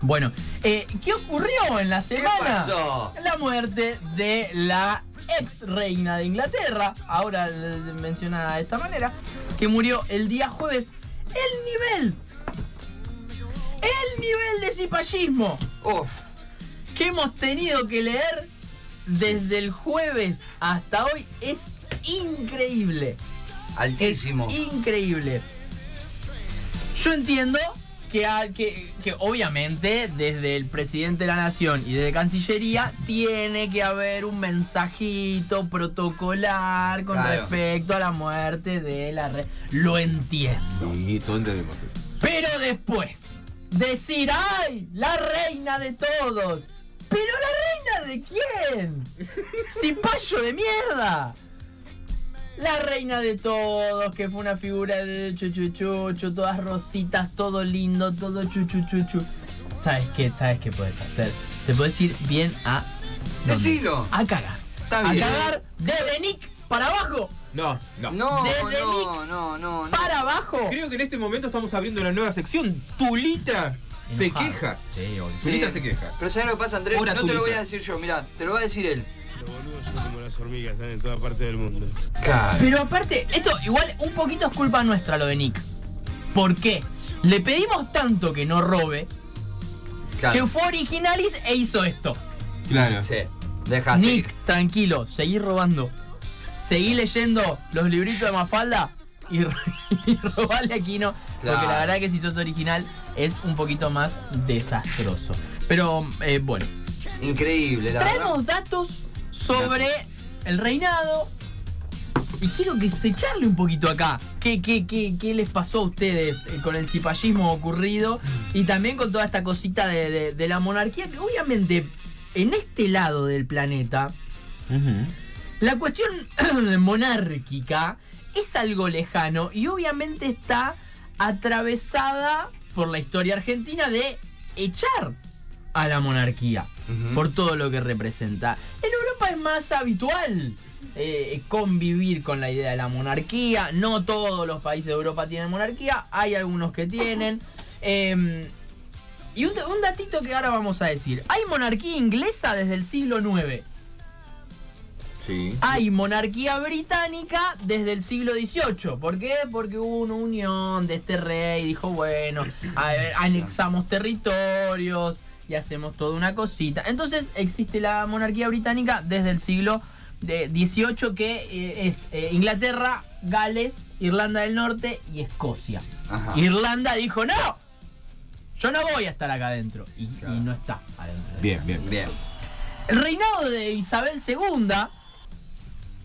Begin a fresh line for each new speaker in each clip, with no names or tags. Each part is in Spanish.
Bueno, eh, ¿qué ocurrió en la semana?
pasó?
La muerte de la ex reina de Inglaterra, ahora eh, mencionada de esta manera, que murió el día jueves. El nivel, el nivel de cipallismo
Uf.
que hemos tenido que leer desde el jueves hasta hoy es increíble. Es
Altísimo.
increíble. Yo entiendo que, al- que, que obviamente desde el presidente de la nación y desde Cancillería tiene que haber un mensajito protocolar con
Claro.
respecto a la muerte de la reina. Lo entiendo.
Y todos entendemos eso.
Pero después, decir, ¡ay! La reina de todos. ¿Pero la reina de quién? ¡Cipayo de mierda! La reina de todos, que fue una figura de chuchuchuchu, todas rositas, todo lindo, todo chuchuchuchu. ¿Sabes qué? ¿Sabes qué puedes hacer? Te puedes ir bien a. ¿dónde?
Decilo.
A cagar.
Está
a
bien.
cagar desde Nick para abajo.
No, no.
No,
Desde
no, no, no, no.
Para abajo.
Creo que en este momento estamos abriendo una nueva sección. Tulita se
Enojado.
queja.
Sí, obvio.
Tulita
Sí.
se queja.
Pero ¿sabes lo que pasa, Andrés?
Ahora
no
tú,
te lo voy
Lita.
a decir yo, mirá, te lo va a decir él.
Los boludos son como las hormigas, están en toda parte del mundo.
Claro.
Pero aparte, esto igual un poquito es culpa nuestra lo de Nick. ¿Por qué? Le pedimos tanto que no robe que fue originalis e hizo esto.
Claro.
Sí, deja así.
Nick, tranquilo, seguí robando. Seguí leyendo los libritos de Mafalda y, ro- y robale a Kino. Porque
Claro.
la verdad que si sos original es un poquito más desastroso. Pero eh, bueno,
Increíble, la verdad.
traemos datos sobre el reinado. Y quiero que se charle un poquito acá. ¿Qué, qué, qué, qué les pasó a ustedes eh, con el cipallismo ocurrido? Y también con toda esta cosita de, de- de la monarquía. Que obviamente, en este lado del planeta, la cuestión monárquica es algo lejano. Y obviamente está atravesada por la historia argentina de echar a la monarquía
Ujú.
por todo lo que representa. En Europa es más habitual eh, convivir con la idea de la monarquía. No todos los países de Europa tienen monarquía, hay algunos que tienen. Eh, y un, un datito que ahora vamos a decir. Hay monarquía inglesa desde el siglo IX.
Sí.
Hay monarquía británica desde el siglo XVIII. ¿Por qué? Porque hubo una unión de este rey. Dijo, bueno, a ver, anexamos territorios y hacemos toda una cosita. Entonces existe la monarquía británica desde el siglo de- XVIII, que eh, es eh, Inglaterra, Gales, Irlanda del Norte y Escocia.
Ajá.
Irlanda dijo, no, yo no voy a estar acá adentro. Y, y
Claro.
no está adentro.
Bien, bien.
Bien.
El reinado de Isabel II,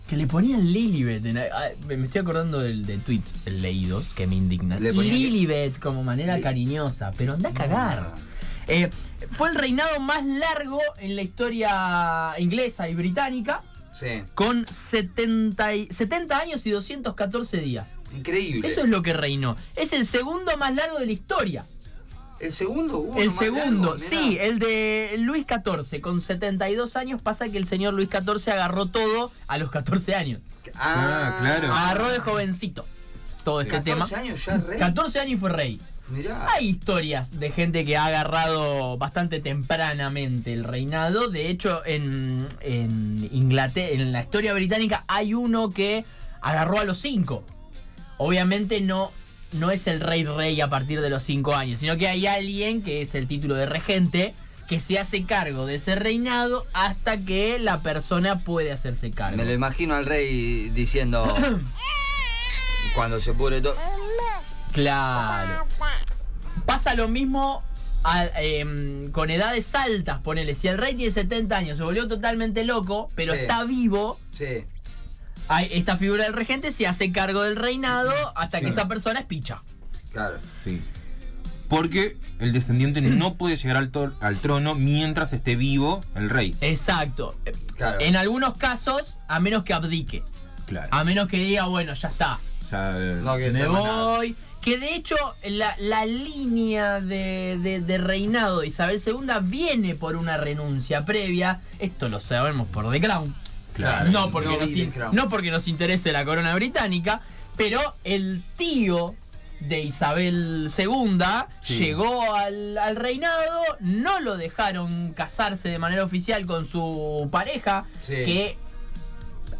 que le ponían Lilibet. en- ah, me me estoy acordando del, de tweets leídos que me indignan.
Le ponían-
Lilibet como manera
Li-
cariñosa, pero anda a cagar. Eh, fue el reinado más largo en la historia inglesa y británica,
Sí,
con 70, y- 70 años y 214 días.
increíble.
Eso es lo que reinó. Es el segundo más largo de la historia.
El segundo hubo
El
uno más
segundo,
largo, mirá.
sí, eh. el de Luis XIV, con 72 años pasa que el señor Luis XIV agarró todo a los 14 años.
Ah,
Ah, claro.
Agarró de jovencito todo este
14
tema.
años ya rey.
14 años y fue rey.
Mirá.
Hay historias de gente que ha agarrado bastante tempranamente el reinado. De hecho, en, en Inglaterra, en la historia británica, hay uno que agarró a los 5. Obviamente no, no es el rey rey a partir de los 5 años, sino que hay alguien que es el título de regente que se hace cargo de ese reinado hasta que la persona puede hacerse cargo.
Me lo imagino al rey diciendo. cuando se pudre todo.
Claro. Pasa lo mismo a- em, con edades altas, ponele. Si el rey tiene 70 años, se volvió totalmente loco, pero
Sí.
está vivo.
Sí.
hay- esta figura del regente se hace cargo del reinado hasta que
Sí.
esa persona es picha.
Claro.
Sí. Porque el descendiente no puede llegar al, tor- al trono mientras esté vivo el rey.
Exacto.
Claro.
En algunos casos, a menos que abdique.
Claro.
A menos que diga, bueno, ya está.
Ya, eh,
No, que
Me
sea más nada.
voy. Que de hecho la, la línea de, de- de reinado de Isabel II viene por una renuncia previa. Esto lo sabemos por The Crown.
Claro.
No porque,
no
nos,
vi
in-
The Crown.
no porque nos interese la corona británica, pero el tío de Isabel II,
Sí.
llegó al, al reinado, no lo dejaron casarse de manera oficial con su pareja,
Sí.
que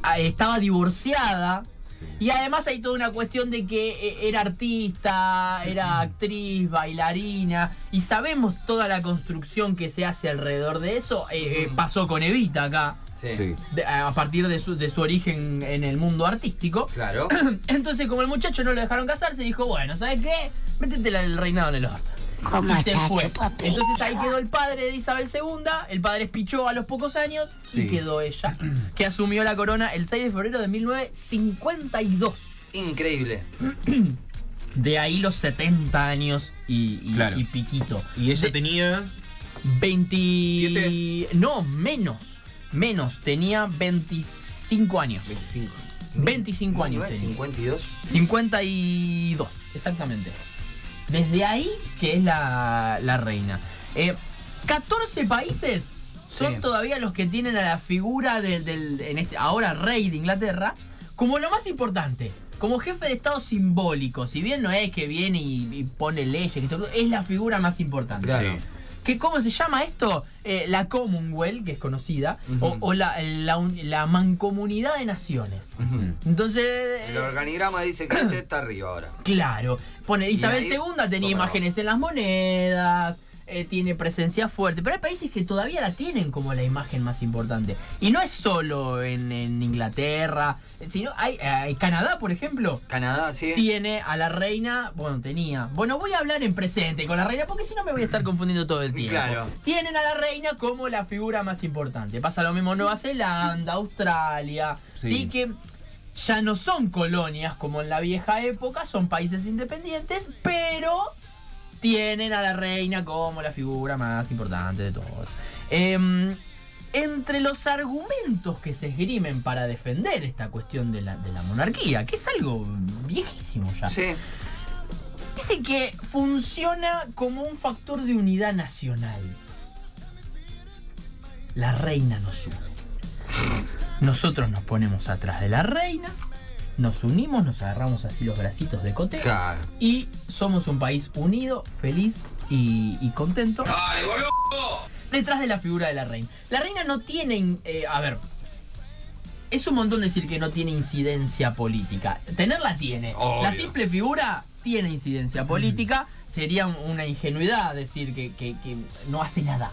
ah, estaba divorciada.
Sí.
Y además hay toda una cuestión de que eh, era artista, era actriz, bailarina, y sabemos toda la construcción que se hace alrededor de eso. Eh, eh, pasó con Evita acá,
Sí.
Sí.
de- a partir de su, de su origen en el mundo artístico.
Claro.
Entonces, como el muchacho no lo dejaron casarse, dijo, bueno, ¿sabes qué? Métete la- el reinado en el orto.
¿Cómo
Y se
estás,
fue.
chupapi?
Entonces ahí quedó el padre de Isabel II, el padre espichó a los pocos años y
Sí.
quedó ella, que asumió la corona el 6 de febrero de 1952.
Increíble.
De ahí los 70 años y, y-
Claro.
y piquito.
Y ella
De-
tenía.
20... No, menos. Menos. Tenía 25 años.
25.
25 años tenía.
52.
52, exactamente. Desde ahí que es la, la reina. Eh, 14 países son
Sí.
todavía los que tienen a la figura del, del- en este, ahora rey de Inglaterra como lo más importante. Como jefe de Estado simbólico, si bien no es que viene y, y pone leyes, que todo, es la figura más importante.
Claro.
Sí.
¿Qué, ¿Cómo se llama esto? Eh, la Commonwealth, que es conocida, o-
Ujú.
o, la, la un- la mancomunidad de naciones.
Ujú.
Entonces...
El organigrama dice que este está arriba ahora.
Claro. Pone Isabel
ahí,
II tenía
¿cómo no?
imágenes en las monedas, eh, tiene presencia fuerte, pero hay países que todavía la tienen como la imagen más importante. Y no es solo en, en Inglaterra, sino hay, eh, hay- Canadá, por ejemplo.
Canadá, sí.
Tiene a la reina, bueno, tenía. Bueno, voy a hablar en presente con la reina porque si no me voy a estar confundiendo todo el tiempo.
Claro.
Tienen a la reina como la figura más importante. Pasa lo mismo en Nueva Zelanda, Australia.
Sí.
Sí, que ya no son colonias como en la vieja época, son países independientes, pero tienen a la reina como la figura más importante de todos. Em, entre los argumentos que se esgrimen para defender esta cuestión de la, de la monarquía, que es algo viejísimo ya,
Sí.
dice que funciona como un factor de unidad nacional. La reina nos une. Nosotros nos ponemos atrás de la reina, nos unimos, nos agarramos así los bracitos de cotejo
Claro.
y somos un país unido, feliz y, y contento. Detrás de la figura de la reina. La reina no tiene. eh, a ver. Es un montón decir que no tiene incidencia política. Tenerla tiene.
Obvio. Mm.
La simple figura tiene incidencia política. Sería una ingenuidad decir que, que- que no hace nada.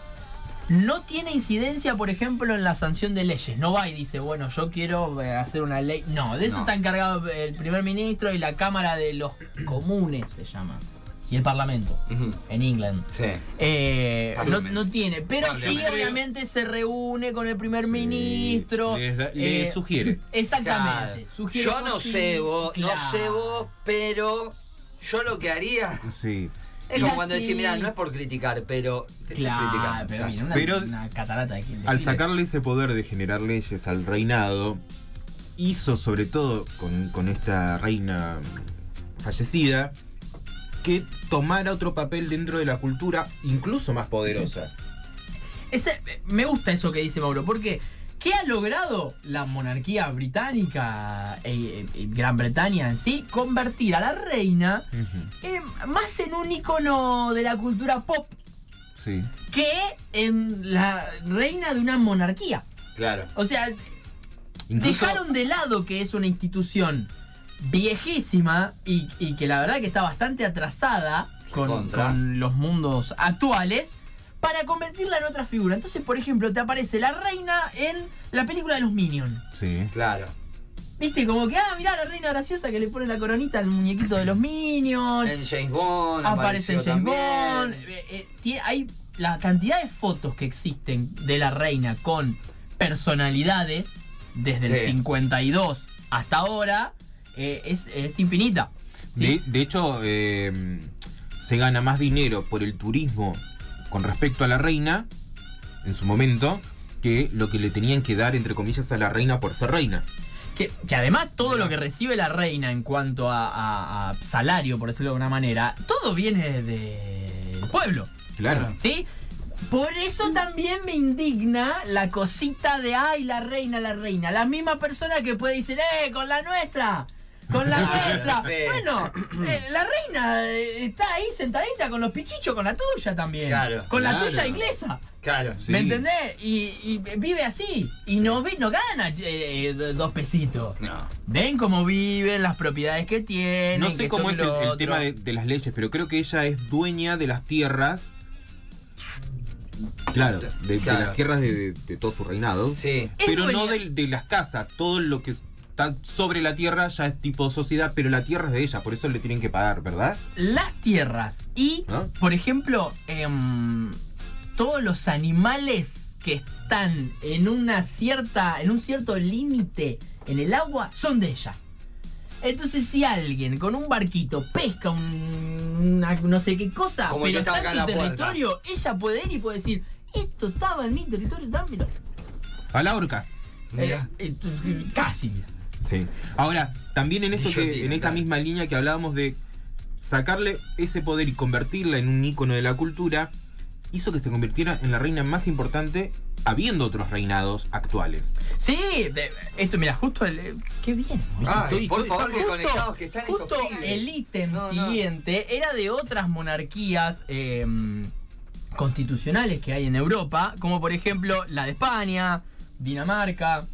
No tiene incidencia, por ejemplo, en la sanción de leyes. No va y dice, bueno, yo quiero eh, hacer una ley. No, de eso
No.
está encargado el primer ministro y la Cámara de los Comunes se llama. Y el Parlamento,
Ujú.
en England.
Sí.
Eh, no,
Parlamento.
no tiene, pero sí
Parlamento.
obviamente se reúne con el primer ministro. eh,
Les da- les sugiere.
Exactamente.
Claro.
sugiere
Yo no
posi-
sé vos,
claro.
no sé vos, pero yo lo que haría
Sí.
es
Y
como
así-
cuando decís, mira, no es por criticar, pero te estoy
Claro,
criticando.
pero mira, una,
Pero
una catarata de quien
Al
decide.
sacarle ese poder de generar leyes al reinado, hizo sobre todo con, con esta reina fallecida que tomara otro papel dentro de la cultura, incluso más poderosa.
Ese- me gusta eso que dice Mauro, porque ¿qué ha logrado la monarquía británica, eh, eh, Gran Bretaña en sí, convertir a la reina en- más en un icono de la cultura pop
Sí.
que en la reina de una monarquía?
Claro.
O sea,
Incluso,
dejaron de lado que es una institución viejísima y, y que la verdad que está bastante atrasada con,
Contra.
con los mundos actuales para convertirla en otra figura. Entonces, por ejemplo, te aparece la reina en la película de los Minions.
Sí.
Claro.
¿Viste? Como que, ah, mirá la reina graciosa que le pone la coronita al muñequito de los Minions.
En James Bond
aparece en
apareció
James Bond.
también.
Eh, eh, tiene- hay la cantidad de fotos que existen de la reina con personalidades desde el
Sí.
52 hasta ahora eh, es, es infinita.
De,
Sí.
de hecho, eh, se gana más dinero por el turismo con respecto a la reina, en su momento, que lo que le tenían que dar, entre comillas, a la reina por ser reina.
Que, que además todo lo que recibe la reina en cuanto a, a- a salario, por decirlo de alguna manera, todo viene del pueblo.
Claro.
¿Sí? Por eso también me indigna la cosita de ay, la reina, la reina. La misma persona que puede decir, ¡eh, con la nuestra! con la nuestra.
Sí.
Bueno, eh, la reina eh, está ahí sentadita con los pichichos, con la tuya también.
Claro,
Con la
claro.
tuya inglesa.
Claro.
Sí.
¿Me entendés? Y, y vive así. Y no, vi- no gana eh, eh, dos pesitos.
No.
Ven cómo viven, las propiedades que tienen.
No
que
sé
esto,
cómo
que
es el,
lo
el
otro.
tema de, de las leyes, pero creo que ella es dueña de las tierras. Claro, de, de
Claro.
las tierras de, de- de todo su reinado.
Sí.
Es
Pero no
dueña.
del- de, las casas. Todo lo que está sobre la tierra ya es tipo sociedad, pero la tierra es de ella, por eso le tienen que pagar, ¿verdad?
Las tierras y,
¿No?
por ejemplo, em, todos los animales que están en una cierta. en un cierto límite en el agua son de ella. Entonces, si alguien con un barquito pesca un, una no sé qué cosa,
Como el
pero
que
está
está
en
acá
su
en la puerta.
territorio, ella puede ir y puede decir: Esto estaba en mi territorio, dámelo.
A la horca.
Mira.
Eh, eh, tú- casi, mira.
Sí. Ahora, también en esto que,
Guillotina,
en esta
claro.
misma línea que hablábamos de sacarle ese poder y convertirla en un ícono de la cultura, hizo que se convirtiera en la reina más importante habiendo otros reinados actuales.
Sí, de- esto, mira, justo el. eh, Qué bien, boludo.
Ay,
Estoy-
por
estoy-
favor, que
Justo-
conectados que están estos
Justo
pibes.
el ítem
No, no.
siguiente era de otras monarquías eh, constitucionales que hay en Europa, como por ejemplo la de España, Dinamarca,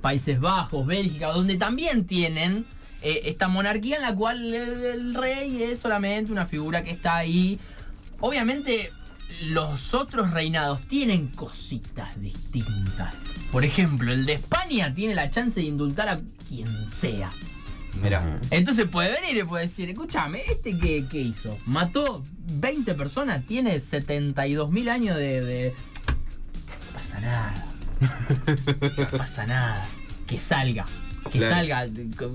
Países Bajos, Bélgica, donde también tienen eh, esta monarquía en la cual el, el rey es solamente una figura que está ahí. Obviamente los otros reinados tienen cositas distintas. Por ejemplo, el de España tiene la chance de indultar a quien sea.
Mira.
Entonces puede venir y puede decir, escúchame, ¿este qué, qué hizo? Mató 20 personas, tiene 72 mil años de, de- No pasa nada. No pasa nada. Que salga. Que
Claro.
salga.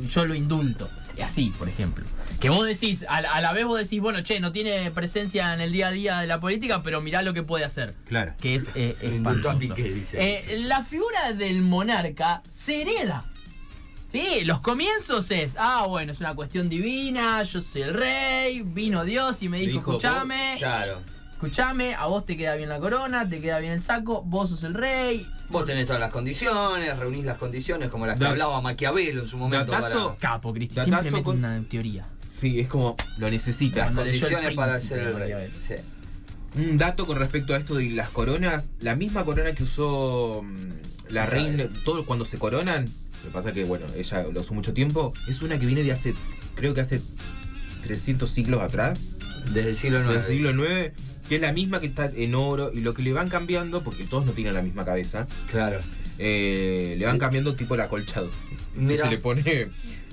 Yo lo indulto. Y Así, por ejemplo. Que vos decís, a, la- a la vez vos decís, bueno, che, no tiene presencia en el día a día de la política, pero mirá lo que puede hacer.
Claro.
Que es eh,
Indultó a
espantoso.
Piqué, dice.
Eh, la figura del monarca se hereda. Sí, los comienzos es, ah, bueno, es una cuestión divina, yo soy el rey, vino Dios y me dijo,
Dijo,
escuchame,
Claro.
escuchame, a vos te queda bien la corona, te queda bien el saco, vos sos el rey.
Vos tenés todas las condiciones, reunís las condiciones como las que
Da-
hablaba Maquiavelo en su momento.
Datazo.
para-
Capo, Cristi,
Datazo
siempre mete
con-
una teoría.
Sí, es como lo necesita.
Las
Cuando leyó El
condiciones para ser
Príncipe
el
de
rey.
Maquiavelo.
Sí.
Un dato con respecto a esto de las coronas, la misma corona que usó mm, la
Isabel.
reina, todo cuando se coronan, lo que pasa que bueno, ella lo usó mucho tiempo, es una que viene de hace, creo que hace 300 siglos atrás.
Desde el siglo
del
IX.
siglo IX, que es la misma que está en oro, y lo que le van cambiando, porque todos no tienen la misma cabeza,
Claro.
eh, le van cambiando tipo el acolchado.
Mirá.
Y se le pone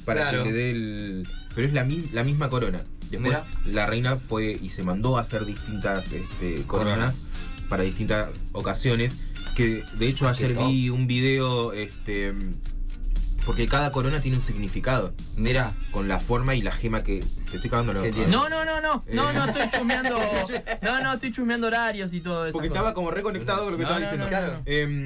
para
Claro.
que le dé el. Pero es la, mi- la misma corona. Después
Mirá.
la reina fue y se mandó a hacer distintas este, coronas,
Coronas.
para distintas ocasiones. Que de hecho ayer
Qué top.
vi un video, este, porque cada corona tiene un significado,
Mirá.
con la forma y la gema que. Te estoy cagando la
¿Qué
boca.
tiene?
No, no, no, no, no,
Eh.
no, estoy chumeando, no, no, estoy chumeando horarios y todo eso.
Porque estaba como reconectado con lo que
No,
estaba
no,
diciendo.
no, no,
Claro.
no.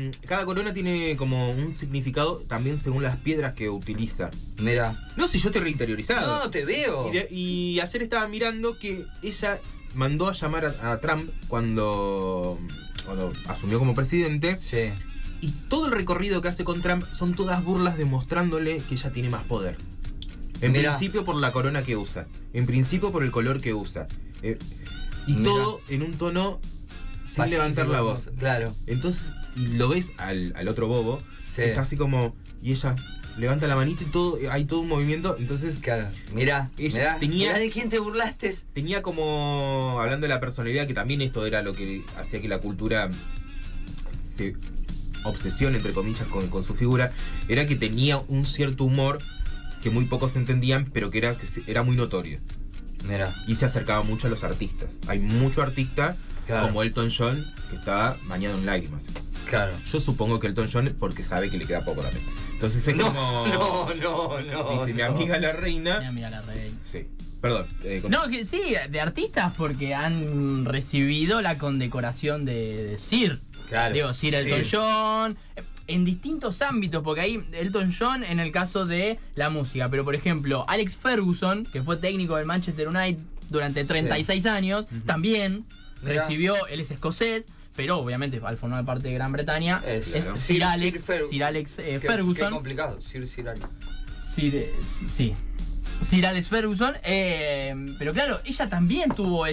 Em, cada corona tiene como un significado también según las piedras que utiliza.
Mirá.
No sé, yo te reinteriorizado.
No, te veo.
Y, de- y ayer estaba mirando que ella mandó a llamar a, a Trump cuando, cuando asumió como presidente.
Sí.
Y todo el recorrido que hace con Trump son todas burlas demostrándole que ella tiene más poder. En
Mirá.
principio por la corona que usa. En principio por el color que usa. Eh, y
Mirá.
todo en un tono sin
Pacífico,
levantar la voz.
Claro.
Entonces, y lo ves al, al otro bobo,
Sí.
está así como, y ella levanta la manito y todo, eh, hay todo un movimiento, entonces
Claro. Mirá.
Ella
Mirá.
tenía-
Mirá de quién te burlaste.
tenía como, hablando de la personalidad, que también esto era lo que hacía que la cultura se obsesione, entre comillas, con, con su figura, era que tenía un cierto humor que muy pocos entendían, pero que era, que se- era muy notorio.
Mirá.
Y se acercaba mucho a los artistas. Hay mucho artista,
Claro.
como Elton John, que estaba bañado en lágrimas.
Claro.
Yo supongo que Elton John porque sabe que le queda poco también. Entonces es
No,
como.
no, no, no.
dice mi
no.
amiga la reina.
Mira, mira la rey.
Sí. Perdón. eh, con-
No, que sí, de artistas porque han recibido la condecoración de, de Sir.
Claro.
Digo, Sir Elton
Sí.
John. eh, En distintos ámbitos, porque ahí Elton John en el caso de la música. Pero por ejemplo, Alex Ferguson, que fue técnico del Manchester United durante 36 años, también
Mirá.
recibió, él es escocés, pero obviamente al formar parte de Gran Bretaña, es,
Es-
Sir,
Sir-
Alex,
Sir Fer-
Sir Alex eh,
Qué- Qué
Ferguson.
complicado. Sir Sir Alex.
Sir, eh, sí. Sir Alex Ferguson. eh, pero claro, ella también tuvo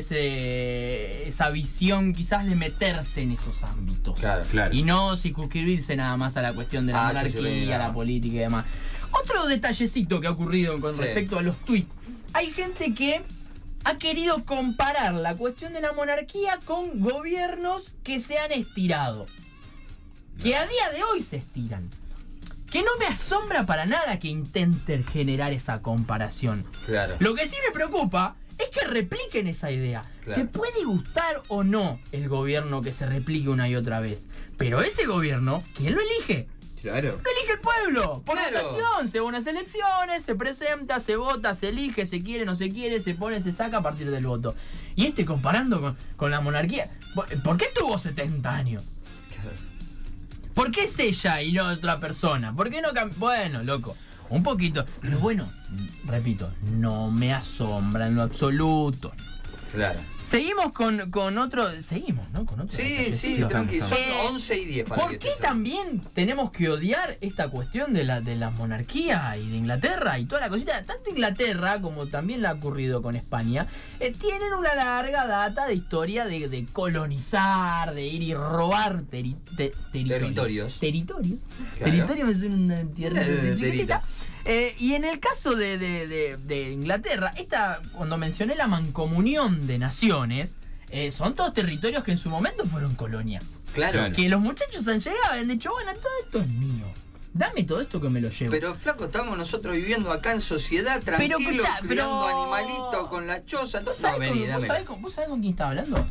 ese, esa visión quizás de meterse en esos ámbitos.
Claro.
Claro.
Y no circunscribirse nada más a la cuestión de la
Ah, eso sí lo
monarquía,
digo.
la política y demás. Otro detallecito que ha ocurrido con
Sí.
respecto a los tweets. Hay gente que ha querido comparar la cuestión de la monarquía con gobiernos que se han estirado. Que a día de hoy se estiran. Que no me asombra para nada que intenten generar esa comparación.
Claro.
Lo que sí me preocupa es que repliquen esa idea.
Claro.
Te puede gustar o no el gobierno que se replique una y otra vez. Pero ese gobierno, ¿quién lo elige?
Claro.
¡Lo elige el pueblo! Por
Claro.
votación, se va a unas elecciones, se presenta, se vota, se elige, se quiere, no se quiere, se pone, se saca a partir del voto. Y este comparando con, con la monarquía, ¿por- ¿por qué tuvo 70 años?
Claro.
¿Por qué es ella y no otra persona? ¿Por qué no cam- Bueno, loco, un poquito. Pero bueno, repito, no me asombra en lo absoluto.
Claro.
Seguimos con, con otro. Seguimos, ¿no? Con otro.
Sí, sí,
detallecito.
tranqui. Son
Eh,
11 y 10 para
¿Por
que
qué
te salga.
también tenemos que odiar esta cuestión de la, de la monarquía y de Inglaterra y toda la cosita? Tanto Inglaterra como también la ha ocurrido con España, eh, tienen una larga data de historia de, de colonizar, de ir y robar teri- te-
Territorios.
Territorio.
Claro.
Territorio es una tierra
Eh,
así
terita.
chiquitita. Eh, y en el caso de, de- de- de Inglaterra, esta, cuando mencioné la mancomunión de naciones, eh, son todos territorios que en su momento fueron colonia.
Claro.
Claro.
Que los muchachos han llegado y han dicho, bueno, todo esto es mío. Dame todo esto que me lo llevo.
Pero flaco, estamos nosotros viviendo acá en sociedad, tranquilos,
escuchá, pero-
criando animalitos con las chozas.
¿Vos,
No,
sabés
vení,
con,
dame.
vos sabés con- vos sabés con quién está hablando?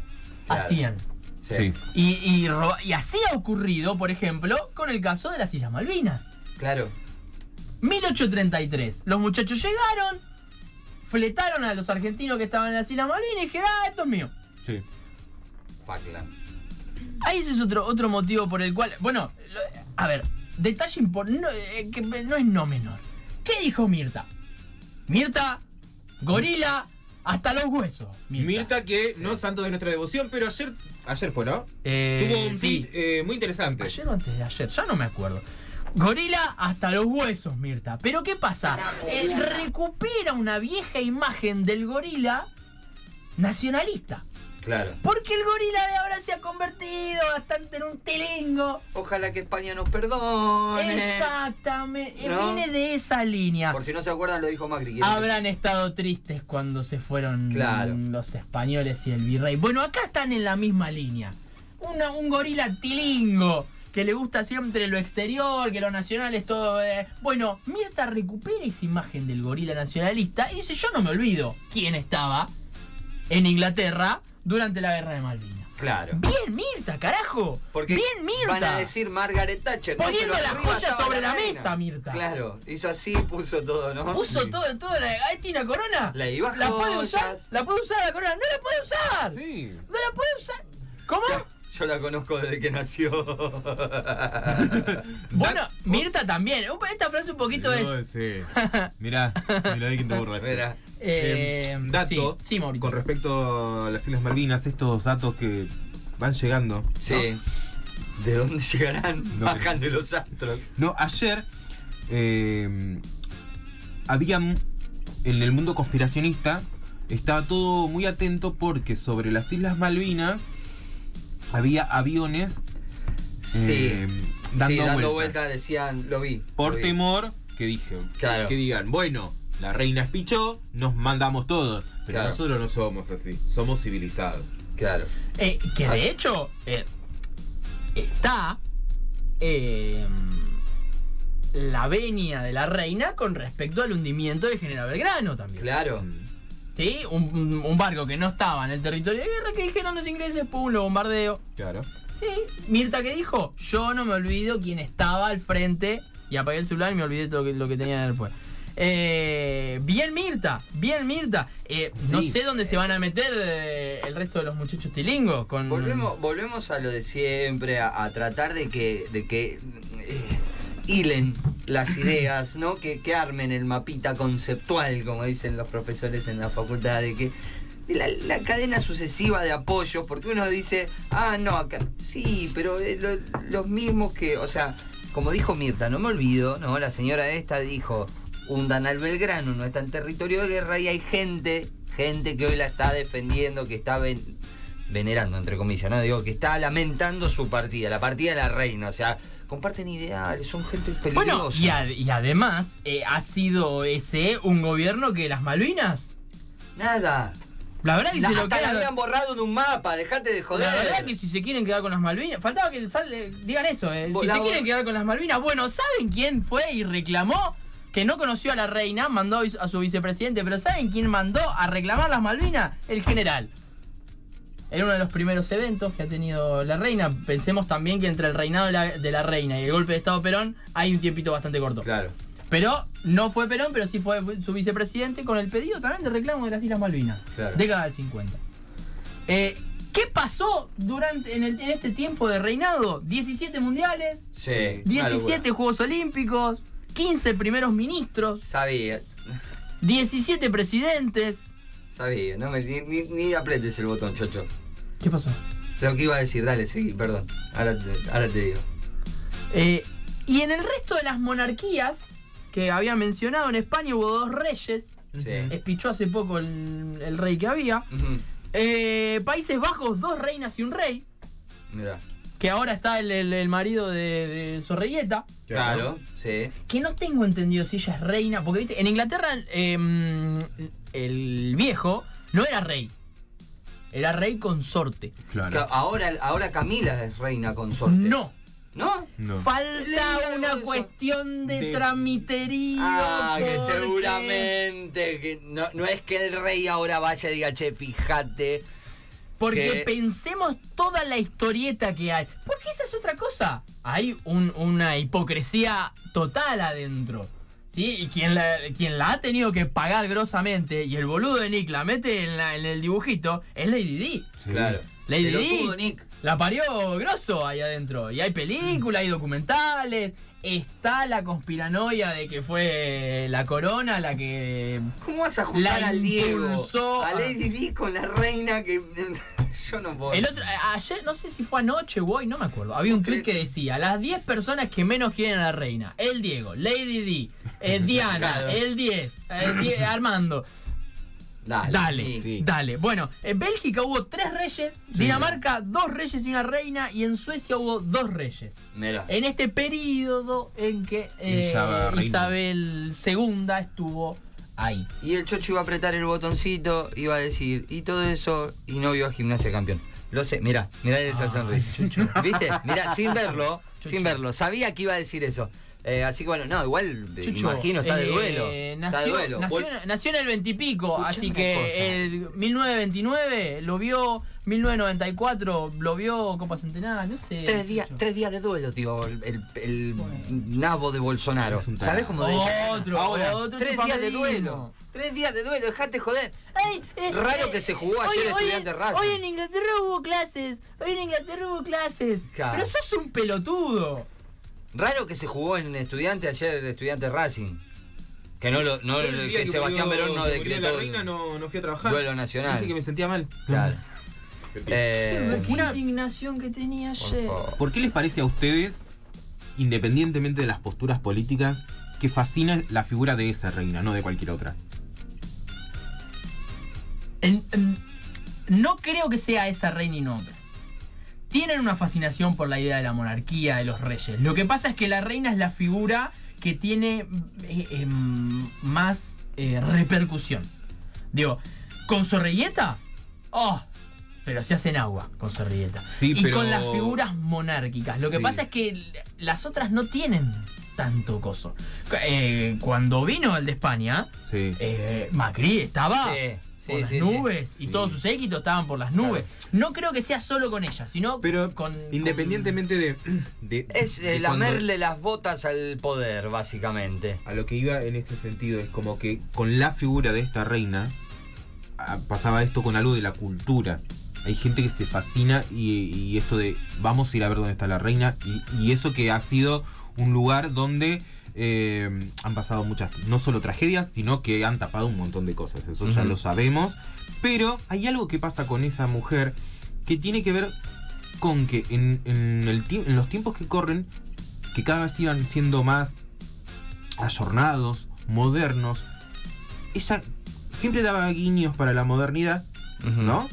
Hacían.
Sí.
Y, y ro- y así ha ocurrido, por ejemplo, con el caso de las Islas Malvinas.
Claro.
1833. Los muchachos llegaron, fletaron a los argentinos que estaban en las Islas Malvinas y dijeron, ah, esto es mío.
Sí.
Faclan.
Ahí ese es otro, otro motivo por el cual. Bueno, lo- a ver, detalle importante. No, eh, que no es no menor. ¿Qué dijo Mirta? Mirta, gorila, hasta los huesos.
Mirta, que no es santo de nuestra devoción, pero ayer, ayer fue, ¿no?
Eh,
Tuvo un
sí.
tweet eh, muy interesante.
Ayer o antes de ayer, ya no me acuerdo. Gorila hasta los huesos, Mirta. Pero ¿qué pasa? Él recupera una vieja imagen del gorila nacionalista.
Claro.
Porque el gorila de ahora se ha convertido bastante en un telengo.
Ojalá que España nos perdone.
Exactamente,
¿No?
viene de esa línea.
Por si no se acuerdan, lo dijo Macri. ¿Quieren que-
Habrán estado tristes cuando se fueron
Claro.
los españoles y el virrey. Bueno, acá están en la misma línea. Una- un gorila tilingo que le gusta siempre lo exterior, que lo nacional es todo... eh. Bueno, Mirta recupera esa imagen del gorila nacionalista y dice, yo no me olvido quién estaba en Inglaterra durante la guerra de Malvinas.
Claro.
Bien, Mirta, carajo.
Porque
Bien, Mirta.
van a decir Margaret Thatcher. ¿no?
Poniendo
Pero
las
arriba
joyas
estaba
sobre la
reina.
mesa, Mirta.
Claro, hizo así, puso todo, ¿no?
Puso todo, todo la. Ahí tiene una corona.
La iba a
¿La puede usar?
joyas.
¿La puede usar la corona? ¡No la puede usar!
Sí.
¡No la puede usar! ¿Cómo?
Yo la conozco desde que nació.
Bueno, Mirta también. Un- Esta frase un poquito es.
Sí. Mirá, mirá de quién te burlas.
Verá.
eh,
Em, dato
Sí, sí Maurito.
este. Con respecto a las Islas Malvinas, estos datos que van llegando.
Sí. ¿De dónde llegarán?
No.
Bajan de los astros.
No, ayer eh, había m- en el mundo conspiracionista estaba todo muy atento porque sobre las Islas Malvinas había aviones
Sí.
eh,
Sí,
dando,
dando vueltas
vueltas.
decían, lo vi.
por
lo vi.
temor que dije que-
Claro.
que digan bueno la reina espichó nos mandamos todos pero
Claro.
nosotros no somos así somos civilizados
Claro.
Eh, que
Así-
de hecho eh, está eh, la venia de la reina con respecto al hundimiento de General Belgrano también.
Claro.
Mm.
¿Sí? Un, un- un barco que no estaba en el territorio de guerra que dijeron los ingleses, pum, lo bombardeo.
claro
Sí, Mirta que dijo, yo no me olvido quién estaba al frente y apagué el celular y me olvidé todo lo que- lo que tenía después. Eh, bien Mirta, bien Mirta. Eh, No
Sí.
sé dónde se van a meter eh, el resto de los muchachos tilingos con...
Volvemos, volvemos a lo de siempre, a, a tratar de que, de que eh, hilen las ideas, ¿no? Que, que armen el mapita conceptual, como dicen los profesores en la facultad, de que de la, la cadena sucesiva de apoyos, porque uno dice, ah, no, acá, sí, pero eh, lo- los mismos que, o sea, como dijo Mirta, no me olvido, ¿no? La señora esta dijo, hundan al Belgrano, no está en territorio de guerra y hay gente, gente que hoy la está defendiendo, que está ven- venerando, entre comillas, ¿no? Digo, que está lamentando su partida, la partida de la reina, o sea, comparten ideales, son gente peligrosa.
Bueno, y, ad- y además eh, ha sido ese un gobierno que las Malvinas,
Nada.
la verdad que
La-
se lo
hasta la
quedan-
habían borrado de un mapa, dejate de joder.
La verdad que si se quieren quedar con las Malvinas, faltaba que sal- eh, digan eso, eh.
Vos,
si
la-
se quieren quedar con las Malvinas, bueno, ¿saben quién fue y reclamó? Que no conoció a la reina, mandó a su vicepresidente, pero ¿saben quién mandó a reclamar las Malvinas? El general. En uno de los primeros eventos que ha tenido la reina, pensemos también que entre el reinado de la, de la reina y el golpe de Estado Perón hay un tiempito bastante corto.
Claro.
Pero no fue Perón, pero sí fue su vicepresidente con el pedido también de reclamo de las Islas Malvinas.
Claro.
Década del 50. Eh, ¿Qué pasó durante en, el- en este tiempo de reinado? 17 mundiales,
Sí. una locura.
17 Juegos Olímpicos, 15 primeros ministros,
Sabía,
17 presidentes.
sabía, no me, ni, ni, ni apretes el botón, chocho.
¿Qué pasó?
Lo que iba a decir, dale, seguí, perdón. Ahora te, ahora te digo.
Eh, y en el resto de las monarquías que había mencionado, en España hubo dos reyes.
Sí.
Espichó hace poco el- el rey que había.
Ujú.
Eh, Países Bajos, dos reinas y un rey.
Mirá.
Que ahora está el, el- el marido de, de Zorrilleta.
Claro, sí.
Que no tengo entendido si ella es reina. Porque viste, en Inglaterra eh, mm, el viejo no era rey. Era rey consorte.
Que
Claro.
ahora, ahora Camila es reina consorte.
No.
¿No?
No.
Falta
Leí algo
una
de eso.
cuestión de,
De-
tramitería.
Ah, que
porque-
seguramente. Que no, no es que el rey ahora vaya y diga, che, fíjate.
Porque
que-
pensemos toda la historieta que hay. Porque esa es otra cosa. Hay un- una hipocresía total adentro. ¿Sí? Y quien la, quien la ha tenido que pagar grosamente, y el boludo de Nick la mete en, la- en el dibujito, es Lady D.
Sí.
Lady
Pelotudo,
D.
Nick.
La parió grosso ahí adentro. Y hay películas, hay documentales. Está la conspiranoia de que fue la corona la que
¿Cómo vas a juntar
La
al Diego?
impulsó
A
a-
Lady Di con la reina que. Yo no puedo.
El otro, a- ayer, no sé si fue anoche o hoy, no me acuerdo. Había un tweet que decía: las 10 personas que menos quieren a la reina. El Diego, Lady D, eh, Diana,
Claro.
el 10, el 10, Armando.
Dale.
Dale,
Nick.
Sí.
dale. Bueno, en Bélgica hubo tres reyes, Dinamarca dos reyes y una reina, y en Suecia hubo dos reyes.
Mirá.
En este periodo en que eh,
Isabel reina.
Isabel II estuvo ahí.
Y el Chocho iba a apretar el botoncito, iba a decir, y todo eso, y no vio a Gimnasia Campeón. Lo sé, mirá, mirá esa
Ay,
sonrisa.
Chucho.
¿Viste? Mirá, sin verlo,
Chucho.
sin verlo. Sabía que iba a decir eso. Eh, así que bueno, no, igual, eh,
Chucho,
imagino, está de
eh,
duelo. está de
nació-
duelo.
Nació,
Vol-
nació en el 20 y pico,
Escuchame
así
una cosa.
que el 1929 lo vio, 1994 lo vio Copa Centenaria, no sé.
Tres días,
Chucho.
tres días de duelo, tío, el, el- el
Bueno.
nabo de Bolsonaro.
Es un tarado.
¿Sabés cómo dice?
Otro,
Ahora,
otro
tres días de
chupamedismo.
duelo. Tres días de duelo, dejate joder.
Ay, eh,
Raro
eh,
que se jugó ayer
hoy- hoy
Estudiantes
en-
Racing.
Hoy en Inglaterra hubo clases, hoy en Inglaterra hubo clases.
Claro.
Pero sos un pelotudo.
Raro que se jugó en estudiante ayer el estudiante Racing. Que no lo, no,
Yo el
que,
día
Sebastián
murió-
Verón no
que murió
decretó.
La reina no, no fui a trabajar.
duelo nacional.
Dije que me sentía mal.
Claro. Eh,
Qué indignación que tenía
por
ayer.
favor.
¿Por qué les parece a ustedes, independientemente de las posturas políticas, que fascina la figura de esa reina, no de cualquier otra?
En- en- no creo que sea esa reina y no otra. Tienen una fascinación por la idea de la monarquía, de los reyes. Lo que pasa es que la reina es la figura que tiene eh, em, más eh, repercusión. Digo, con Zorrilleta, ¡oh! Pero se hacen agua con Zorrilleta.
Sí,
y
pero-
con las figuras monárquicas. Lo que
Sí.
pasa es que l- las otras no tienen tanto coso. Cu- eh, cuando vino el de España,
Sí.
eh, Macri estaba
Sí, sí,
por las
sí, sí.
nubes y
Sí.
todos sus séquitos estaban por las nubes. No creo que sea solo con ella, sino
Pero
con.
independientemente de, de-
Es
de
eh,
cuando-
lamerle las botas al poder, básicamente.
A lo que iba en este sentido es como que con la figura de esta reina ah, pasaba esto con algo de la cultura. Hay gente que se fascina y, y esto de vamos a ir a ver dónde está la reina y, y eso que ha sido un lugar donde eh, han pasado muchas, no solo tragedias, sino que han tapado un montón de cosas. Eso ya
Ujú.
lo sabemos. Pero hay algo que pasa con esa mujer que tiene que ver con que en, en el tiemp- en los tiempos que corren, que cada vez iban siendo más ayornados modernos, ella siempre daba guiños para la modernidad,
Mm.
¿no?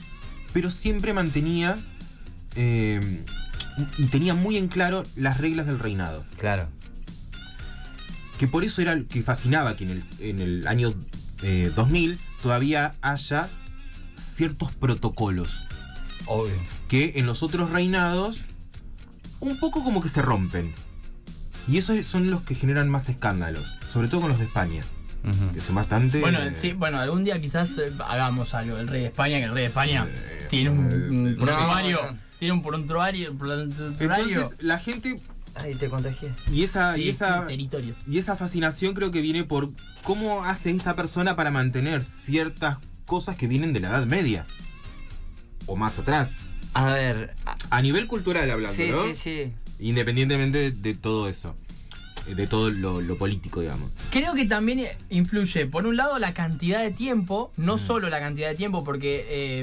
Pero siempre mantenía eh, y tenía muy en claro las reglas del reinado.
Claro.
Que por eso era lo que fascinaba que en el, en el año eh, 2000 todavía haya ciertos protocolos
Obvio.
que en los otros reinados un poco como que se rompen. Y esos son los que generan más escándalos, sobre todo con los de España, que son bastante...
Bueno,
eh,
sí, bueno, algún día quizás eh, hagamos algo del rey de España, que el rey de España
Eh,
tiene un, un
eh,
prontuario,
no, no.
tiene un prontuario, prontuario
Entonces la gente
Ay, te contagié.
y esa,
sí,
y, esa,
territorio.
y esa fascinación creo que viene por cómo hace esta persona para mantener ciertas cosas que vienen de la Edad Media. O más atrás.
A ver. a-
A ah, nivel cultural hablando,
Sí,
¿no?
sí, sí.
Independientemente de, de todo eso. eh, De todo lo, lo político, digamos.
Creo que también eh, influye, por un lado, la cantidad de tiempo,
Mm.
no solo la cantidad de tiempo, porque eh,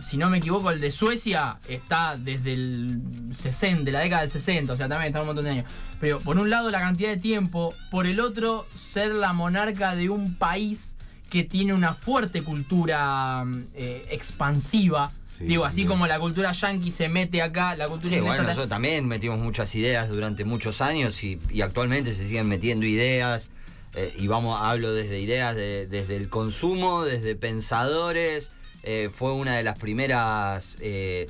si no me equivoco, el de Suecia está desde el 60, de la década del 60, o sea, también está un montón de años. Pero por un lado, la cantidad de tiempo, por el otro, ser la monarca de un país que tiene una fuerte cultura eh, expansiva.
Sí,
Digo, así
también.
como la cultura yankee se mete acá, la cultura
Sí,
inglesa
bueno,
ta-
nosotros también metimos muchas ideas durante muchos años y, y actualmente se siguen metiendo ideas. eh, y vamos, hablo desde ideas, de- desde el consumo, desde pensadores. eh, fue una de las primeras eh,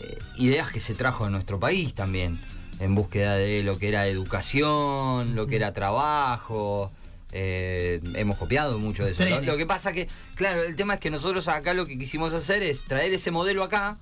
eh, ideas que se trajo en nuestro país también, en búsqueda de lo que era educación, lo que era trabajo. eh, hemos copiado mucho de eso. Lo,
Trenes.
lo que pasa que, claro, el tema es que nosotros acá lo que quisimos hacer es traer ese modelo acá,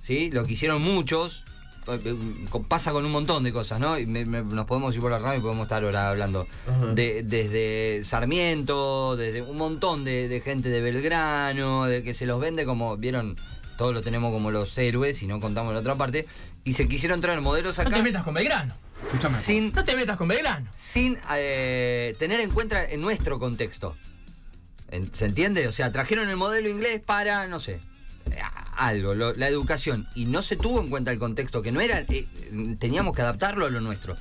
¿sí? Lo que hicieron muchos. eh, con- Pasa con un montón de cosas, ¿no? Y me- me- nos podemos ir por la rama y podemos estar ahora hablando. De- desde Sarmiento, desde un montón de, de gente de Belgrano, de que se los vende como, vieron, todos los tenemos como los héroes y no contamos la otra parte. Y se quisieron traer modelos
No
acá
te metas con Belgrano.
Escúchame.
sin,
No te metas con Belgrano.
sin eh, tener en cuenta en nuestro contexto. En- ¿Se entiende? O sea, trajeron el modelo inglés para, no sé, eh, algo, lo- la educación. Y no se tuvo en cuenta el contexto, que no era, eh, teníamos que adaptarlo a lo nuestro.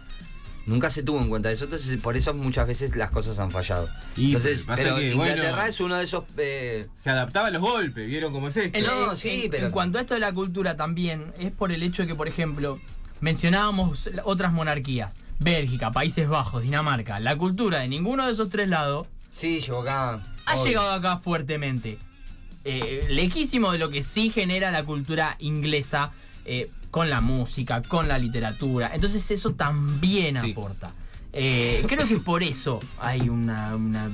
Nunca se tuvo en cuenta eso, entonces por eso muchas veces las cosas han fallado.
Y,
entonces,
pasa
pero
que, bueno,
Inglaterra es uno de esos... eh,
Se adaptaba a los golpes, ¿vieron cómo es esto?
En-
No,
Eh, en-
sí,
en-
pero-
En cuanto a esto de la cultura también, es por el hecho de que, por ejemplo, mencionábamos la- otras monarquías. Bélgica, Países Bajos, Dinamarca. La cultura de ninguno de esos tres lados
sí, llegó acá.
ha
obvio.
llegado acá fuertemente. Eh, lejísimo de lo que sí genera la cultura inglesa eh, con la música, con la literatura. Entonces eso también
Sí.
aporta. Eh, creo que por eso hay una... una,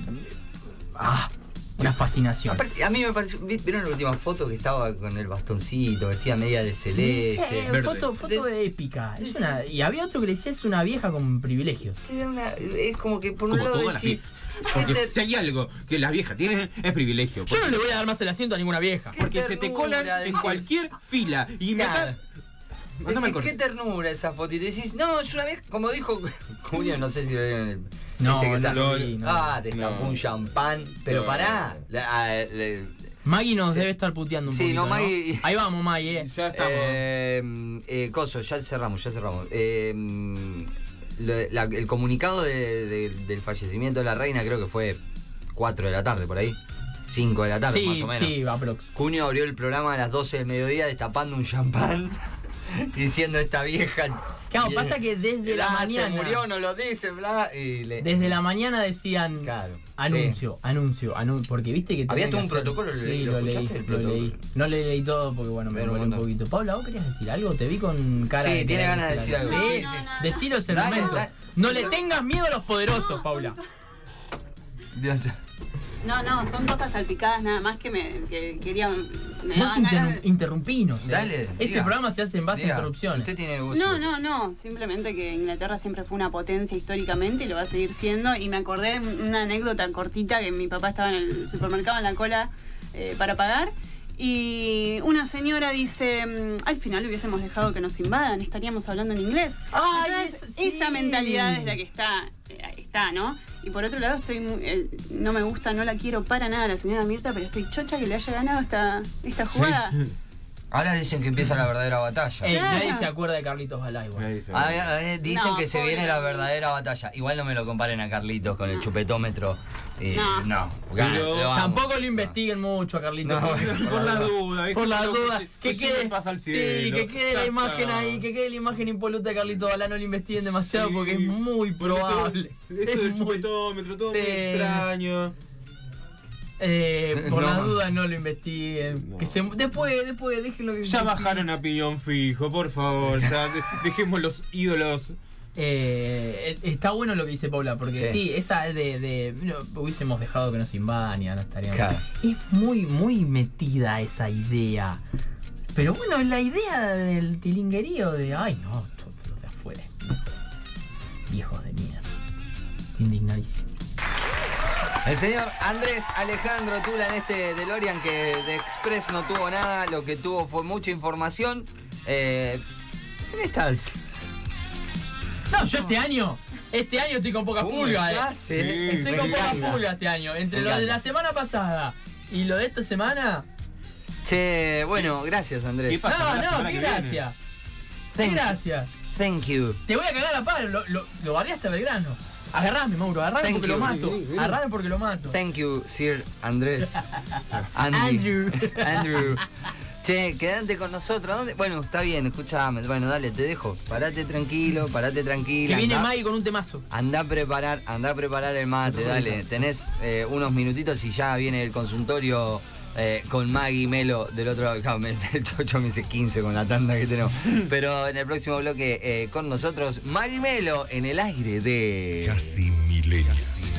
ah, una fascinación.
Aparte, a mí me pareció, ¿vi- ¿vieron la última foto que estaba con el bastoncito, vestida media de celeste?
Eh,
verde.
foto foto épica. Es una, y había otro que le decía es una vieja con privilegios.
Te da una- es como que por un
Como
lado
todas las
decís.
viejas. Porque
"Gente,
si hay algo que las viejas tienen, es privilegio.
Yo no
Porque,
le voy a dar más el asiento a ninguna vieja.
¿Qué?
porque se te
ternura,
colan en
decís.
cualquier fila. Y me
Claro.
acá. Mándame el
decís, qué
corte.
ternura esa foto. Y decís, no, es una vez, como dijo Julio, no sé si lo vieron en el.
No,
este que
no,
está-
lo vi, no.
Ah, te
No.
está un champán. Pero
No.
pará. la- ah, le-
Maggie nos
Sí.
debe estar puteando un
Sí,
poquito,
no, Maggie-
Ahí vamos, Maggie. eh.
Ya estamos.
Eh, eh, coso, ya cerramos, ya cerramos. Eh, lo- la- el comunicado de- de- del fallecimiento de la reina creo que fue 4 de la tarde por ahí. 5 de la tarde
sí,
más o menos.
sí, va, prox.
Cuño abrió el programa a las 12 del mediodía destapando un champán diciendo esta vieja.
Claro, pasa que desde la
"Ah,
mañana-
Se murió, no lo dice, bla. Y le-
Desde la mañana decían
Claro,
anuncio, anuncio, anuncio, porque viste que
Había
tenían
todo
que
un
hacer-
protocolo, lo
sí,
leí, ¿lo
lo, leí,
escuchaste el
lo leí.
protocolo?
No le leí todo porque bueno, me
Pero
demoré un
mandó.
poquito. Paula, ¿vos querías decir algo? Te vi con cara
Sí,
de
tiene
querer
ganas de decir algo.
Sí,
Sí, sí,
sí. Decilo es el
Dale,
momento.
dale.
No le tengas miedo a los poderosos, Paula.
Dios.
No, no, son cosas salpicadas nada más que me que quería. Me
Vos
daban ganas
interrum-
de-
interrumpinos. eh.
Dale.
Este
diga.
programa se hace en base
Diga,
a interrupciones.
Usted tiene negocio.
No, no, no. Simplemente que Inglaterra siempre fue una potencia históricamente y lo va a seguir siendo. Y me acordé de una anécdota cortita que mi papá estaba en el supermercado en la cola eh, para pagar. Y una señora dice, "Mm, al final hubiésemos dejado que nos invadan, estaríamos hablando en inglés.
Ay,
Entonces,
es- sí.
esa mentalidad es la que está, eh, está, ¿no? Y por otro lado, estoy muy- eh, no me gusta, no la quiero para nada la señora Mirta, pero estoy chocha que le haya ganado esta, esta jugada.
Ahora dicen que empieza la verdadera batalla.
Eh,
Claro.
nadie se acuerda de Carlitos Balá igual.
Nadie sabe.
Ah, eh, dicen
No,
que se viene
pobre.
la verdadera batalla. Igual no me lo comparen a Carlitos con el chupetómetro. Eh,
No.
no. gana,
Pero
lo amo.
Tampoco lo investiguen mucho a Carlitos.
No,
Balá.
por la duda, ¿viste?
Por las
Lo
dudas,
se-
que
recién
quede,
me pasa al
sí,
cielo.
que quede la
Ya
imagen
está.
ahí, que quede la imagen impoluta de Carlito Balá, no lo investiguen demasiado
Sí,
porque es muy
porque
probable.
todo- Esto
Es
del
muy-
chupetómetro, todo muy
Sí.
extraño.
Eh, por
No.
las dudas no lo investiguen.
No.
Que se, después, después, déjenlo que
Ya bajaron a piñón fijo, por favor. Ya de- dejemos los ídolos.
Eh, está bueno lo que dice Paula, porque sí,
Sí.
esa es de, de- no, hubiésemos dejado que nos invadan y ahora estaríamos.
Claro.
Es muy, muy metida esa idea. Pero bueno, es la idea del tilinguerío de ay no, todos los de afuera. es mejor". Viejos de mierda. Estoy indignadísimo.
El señor Andrés Alejandro Tula en este DeLorean que de Express no tuvo nada, lo que tuvo fue mucha información. Eh, en estas.
No, yo este año, este año estoy con poca
Uh,
pulga, eh.
ya sé.
Sí,
Estoy
Me
con poca
encanta.
pulga este año. Entre
Me
lo de la
encanta.
semana pasada y lo de esta semana.
Che, bueno, gracias Andrés.
¿Qué pasa la
no, no,
semana
qué
que viene?
gracia. Qué
Thank you.
gracia.
Thank you.
Te voy a cagar a palo, lo, lo, lo bardeaste a Belgrano. Agarrame, Mauro, agarrame
Thank
porque
you.
lo mato.
Vení, vení.
Agarrame porque lo mato.
Thank you, Sir Andrés.
Andrew.
Andrew. Che, quédate con nosotros. ¿Dónde? Bueno, está bien, escuchame. Bueno, dale, te dejo. Parate tranquilo, parate
Que
tranquila.
viene
andá-
Maggie con un temazo.
Andá a preparar, andá a preparar el mate, dale. Tenés eh, unos minutitos y ya viene el consultorio eh, con Maggie Melo del otro lado. Ja, me- El chocho me dice 15 con la tanda que tenemos. Pero en el próximo bloque eh, con nosotros, Maggie Melo en el aire de.
Casi milenio.